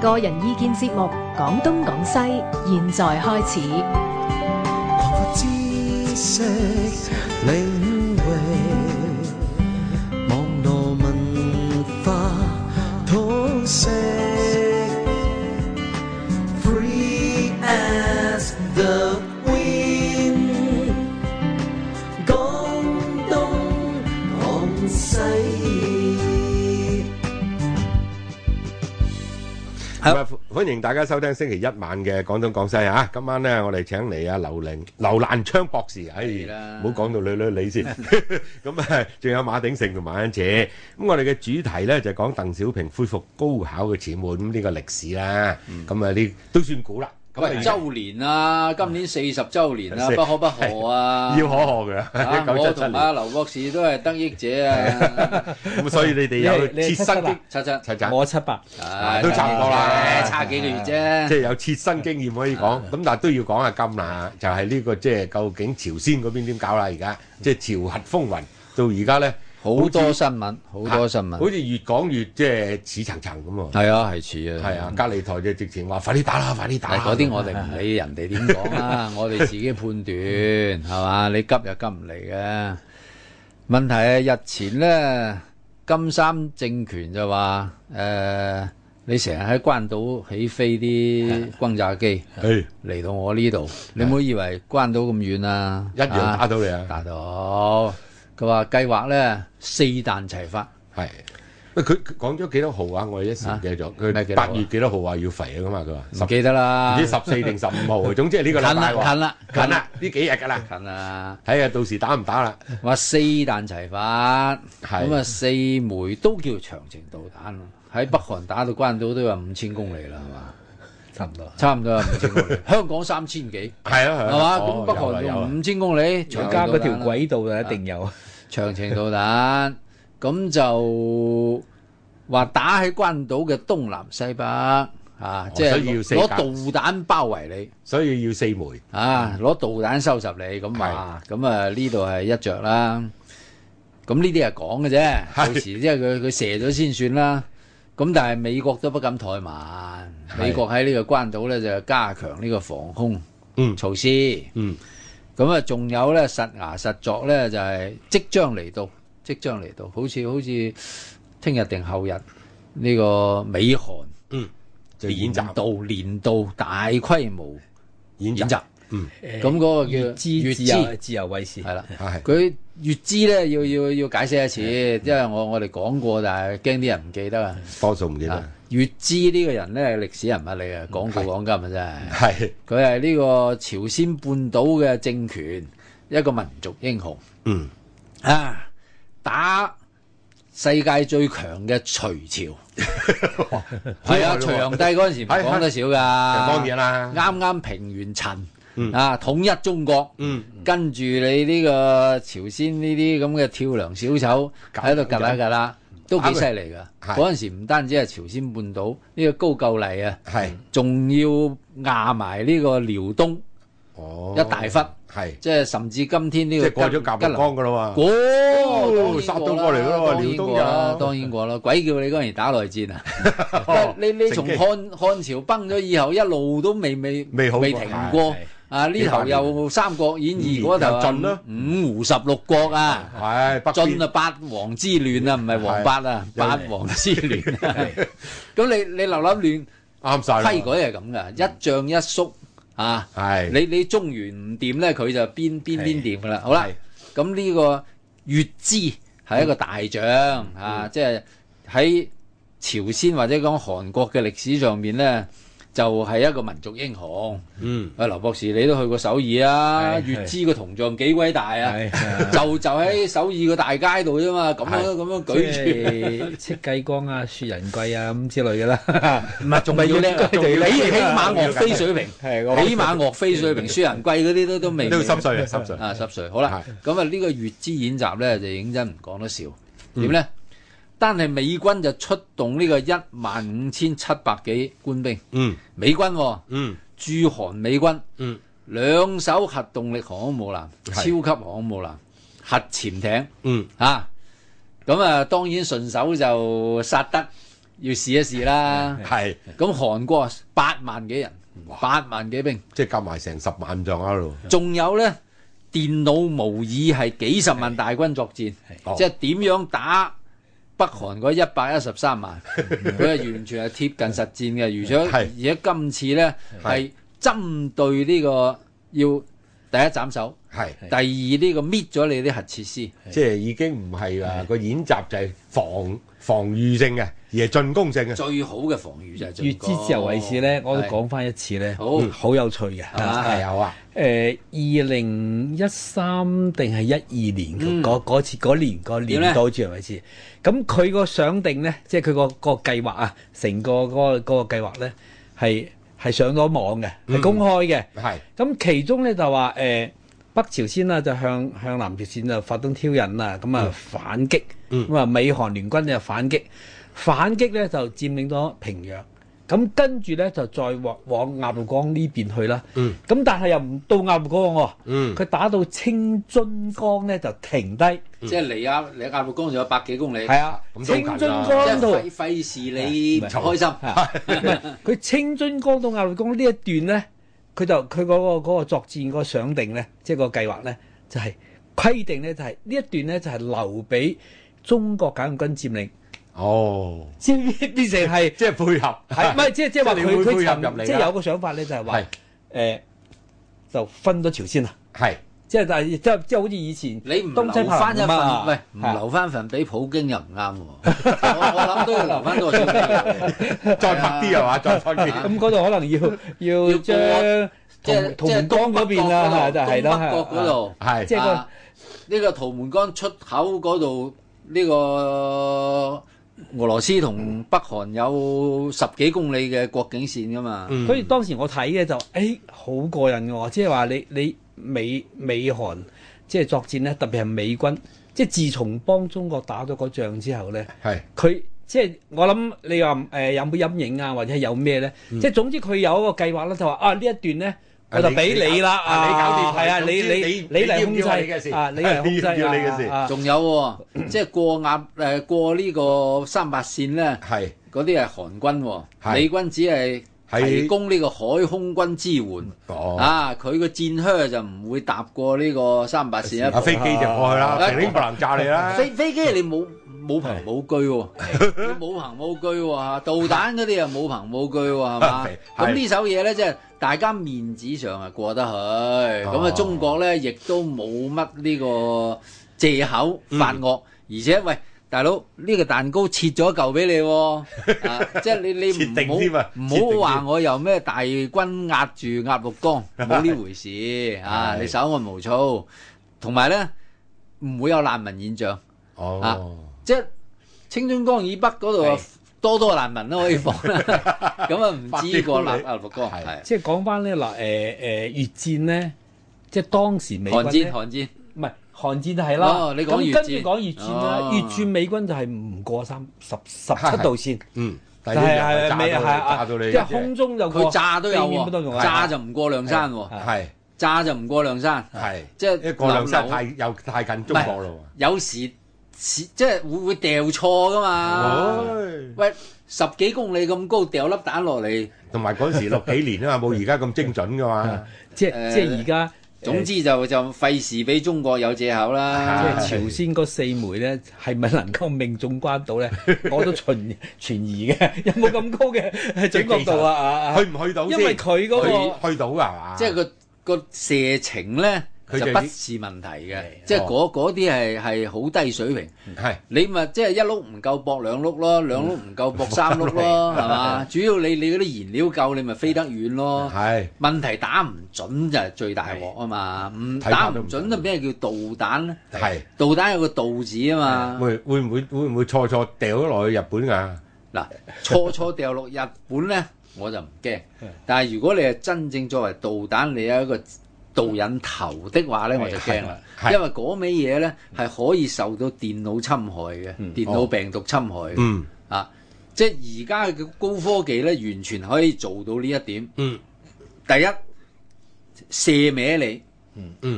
個人意見節目《廣東廣西》，現在開始。擴闊知識領域，網絡文化通識，free as the wind。廣東廣西。咁啊歡迎大家收聽星期一晚嘅廣東廣西啊！今晚咧，我哋請嚟啊劉玲、劉蘭昌博士，唉，唔好講到女女你先。咁啊，仲有馬鼎盛同馬恩姐。咁我哋嘅主題咧就係講鄧小平恢復高考嘅前門咁呢個歷史啦。咁啊，呢都算估啦。咁啊，周年啦，今年四十周年啦，四不可不賀啊！要可賀啊嘅，一 九我七七同年。阿劉博士都係得益者啊，咁所以你哋有你係切身你係經七七七，齊齊，我七百，唉都差唔多啦差幾個月啫。 即係有切身經驗可以講。咁但係都要講下金啦，就係呢個即係究竟朝鮮嗰邊點搞啦？而家即係朝核風雲到而家咧。好多新聞，好多新啊好聞，似越講越即係似層層咁喎。係啊，係似啊，係啊，隔離台就直情話快啲打啦，快啲打但啦。係嗰啲我哋唔理人哋點講 啦，我哋自己判斷係嘛？你急又急唔嚟嘅。問題係日前呢，金三政權就話誒、呃你成日喺關島起飛啲轟炸機誒嚟到我呢度，你唔好以為關島咁遠啊，一樣打啊到你啊，打到。佢話計劃呢，四彈齊發，係。喂，佢佢講咗幾多號啊？我一時唔記得咗。咩幾佢八多號啊月幾多號話要肥啊嘛？佢話唔記得啦唔知，十四定十五號啊。總之係呢個近禮啦拜喎近啦近啦，呢幾日㗎啦。近啦。睇下到時打唔打啦。話四彈齊發，係咁啊四枚都叫長程導彈喎喺北韓打到關島都有五千公里啦，係嘛？差唔多。差唔多有五千公里，香港三千幾，係啊係啊。係嘛？哦咁北有啦有韓啦用五千公里，再長加程嗰嗰條條軌軌道就一定有。長程導彈，咁就話打喺關島嘅東南西北啊，即係所以要四攞架導彈包圍你。所以要四枚。啊！攞導彈收拾你咁話，咁啊呢度係一着啦。咁呢啲係講嘅啫，係到時即係佢佢射咗先算啦。咁但係美國都不敢怠慢，係美國喺呢個關島咧就加強呢個防空嗯措施。嗯，咁啊，仲有咧實牙實作咧就係、即將嚟到，即將嚟到，好似好似聽日定後日呢、個美韓就嗯演年習度年度大規模演演習習。。嗯，咁嗰個叫越之自由自由衛士係啦。係佢越知咧，要要要解釋一次，因為我我哋講過，但係驚啲人唔記得啊。多數唔記啊得。越知呢個人咧，歷史人物嚟嘅，講古講今啊，係真係。佢係呢個朝鮮半島嘅政權一個民族英雄嗯啊，打世界最強嘅隋 好耐朝，係啊，喎隋煬帝嗰陣時唔講得少噶，當然啦啱啱平原陳嗯啊，統一中國。嗯。跟住你呢個朝鮮呢啲咁嘅跳梁小丑搞喺度趌啦趌啦，都幾犀利㗎。啊係嗰陣時唔單止係朝鮮半島呢、個高句麗啊，係仲要壓埋呢個遼東哦一大忽，係即係甚至今天呢即個係過咗甲吉木江噶啊啦喎。哦，殺到過嚟㗎咯當然遼東哦過啦人當然過啦，鬼叫你嗰陣時打內 戰啊！哦你你你從正經漢漢朝崩咗以後，一路都未未未好過停係過係啊！呢頭又《三國演義》嗰頭又晉啦啊五胡十六國啊！係北晉啊，邊八王之亂啊，唔係王八啊，係八王之 亂啊。咁你你流立亂啱晒啦。規矩係咁噶，一漲一縮啊。係你你中原唔掂咧，佢就邊邊邊掂噶啦。好啦係，咁呢個月支係一個大將嗯啊，即係喺朝鮮或者講韓國嘅歷史上面咧，就係、一個民族英雄。嗯啊，劉博士，你都去過首爾啊？係係月支個銅像幾鬼大啊！係啊就就喺首爾個大街度啫嘛，咁樣係咁樣 即舉住。係戚繼光啊、雪人貴啊咁之類嘅啦。唔係，仲要要叻，仲要叻起起碼岳飛水平，係我起碼岳飛水平，輸人貴嗰啲都都未。呢度濕碎啊，濕碎。啊，濕碎。好啦，咁啊呢個月之演習咧就認真唔講得少。嗯點咧？單係美軍就出動呢個一萬五千七百幾官兵，嗯美軍喎，嗯駐韓美軍嗯兩艘核動力航空母艦、超係級航空母艦、核潛艇。嗯，啊，咁啊，當然順手就殺得要試一試啦。係咁韓國八萬幾人，八萬幾兵，即係夾埋成十萬咁上下咯。仲有呢電腦模擬係幾十萬大軍作戰，即哦係點樣打北韓嗰一百一十三 萬，佢係完全係貼近實戰嘅，而且係而且今次呢係係針對呢個要第一斬首，係，第二呢個搣咗你啲核設施。即係已經唔係啊個演習就係防防禦性嘅，而係進攻性嘅。最好嘅防禦就係越之自由為止咧，我都係講翻一次咧，好好有趣嘅。係嘛係有啊，誒二零一三定係一二年嗯嗰嗰嗰次嗰年個點年呢度之為止，咁佢個想定咧，即係佢個個計劃啊，成個嗰個嗰個計劃咧係係上咗網嘅，嗯係公開嘅。係咁其中咧就話誒、呃北朝鮮啦，就向向南朝鮮就發動挑釁啦，咁嗯啊反擊，咁啊、美韓聯軍就反擊，反擊咧就佔領咗平壤，咁跟住咧就再往往鴨綠江呢邊去啦，咁、嗯但係又唔到鴨綠江喎、嗯佢打到青津江咧就停低，係即係離亞離亞綠江仲有百幾公里，啊，咁都青近啦津即江度。係費費事你唔開心。佢青津江到鴨綠江呢一段咧，佢就佢嗰、個嗰個作戰嗰個想定咧，即係個計劃咧，就係、規定咧，就係、呢一段咧就係、留俾中國解放軍佔領，哦，即係變成係即係配合 係唔係即係即係話即係你佢會佢配合入嚟尋㗎即係有個想法咧，就係話係誒就分咗朝鮮啦，係即係但係即係即係好似以前你唔東西留翻一柏林咁啊份，喂，唔係啊留翻份俾普京又唔啱喎。我 我諗都要留翻個少少，再密啲係嘛？再密啲。咁嗰度可能要要要過將即係同同門江嗰邊啦，係就係啦，東北角嗰度，係即係個啊呢個圖門江出口嗰度，呢個俄羅斯同北韓有十幾公里嘅國境線噶嘛。嗯所以當時我睇嘅就，誒、好過癮喎！即係話你你美美韓即係作戰咧，特別係美軍，即係自從幫中國打咗個仗之後咧，係佢即係我諗你話誒、有冇陰影啊，或者係有咩咧？即係總之佢有一個計劃啦，就話啊呢一段咧。嗯啊我就俾你啦，你搞啊啊，你搞掂係啊，總你之你你你嚟控你要你嘅制事啊，你嚟控制你要你嘅事啊啊仲有喎，即係過鴨誒過呢個三八線咧，係嗰啲係韓軍喎，係美軍只係係提供呢個海空軍支援。哦，啊，佢個戰靴就唔會踏過呢個三八線一啊步。飛機就過去啦，啊平頂白蘭炸你啦。飛飛機你冇冇憑冇據喎， 你冇憑冇據喎，導彈嗰啲又冇憑冇據喎，係嘛 係？咁呢首嘢咧，即係大家面子上係過得去，咁啊哦中國咧亦都冇乜呢個藉口嗯發惡，而且喂。大佬，呢、個蛋糕切咗一嚿俾你喎、 啊，即係你切定你添唔啊好切定唔添好話我又咩大軍壓住鴨綠江，冇呢回事啊！係你稍安無躁，同埋咧唔會有難民現象。哦啊，即係青津江以北嗰度啊係多多難民都可以放啦。咁啊唔知個百幾公里南亞陸江係係即係講翻咧嗱，誒誒越戰咧，即係當時美韓軍戰咧韓戰，唔係韓戰係啦，哦你講咁越跟戰住講越戰哦啦，越戰美軍就係唔過三十十七度線，嗯，第就一日係炸到係你美係炸啊，到你即係空中有個佢炸都有地面不動喎，用炸就唔過梁山喎，係炸就唔過梁山，係，即係一個兩山流太又太近中國咯有時似即係會會掉錯噶嘛。喎。喂，十幾公里咁高掉粒蛋落嚟，同埋嗰陣時六幾年啊嘛，冇而家咁精準噶嘛。即係誒即係而家總之就就費事俾中國有藉口即啦係。朝鮮嗰四枚咧，係咪能夠命中關島咧？ 我都存存疑嘅，有冇咁高嘅準確度啊啊？啊去唔去到因為佢嗰個去去到啊嘛，即係個個射程咧佢就就已不是問題嘅，即係哦嗰嗰啲係係好低水平。係你咪即係一碌唔夠搏兩碌咯，兩碌唔夠嗯搏三碌 咯，係嘛？主要你你嗰啲燃料夠，你咪飛得遠咯。係問題打唔準就係最大鑊啊嘛！唔睇打法都唔唔準準就咩叫導彈咧？係導彈有個導字啊嘛。會會唔會會唔會錯錯掉咗落去日本啊？嗱，錯錯掉落日本咧， 我就唔驚。但係如果你係真正作為導彈，你有一個導引頭的話咧，我就驚啦。係因為嗰味嘢咧係可以受到電腦侵害嘅，電腦病毒侵害嘅。嗯啊，即係而家嘅高科技咧，完全可以做到呢一點。嗯第一，射歪你。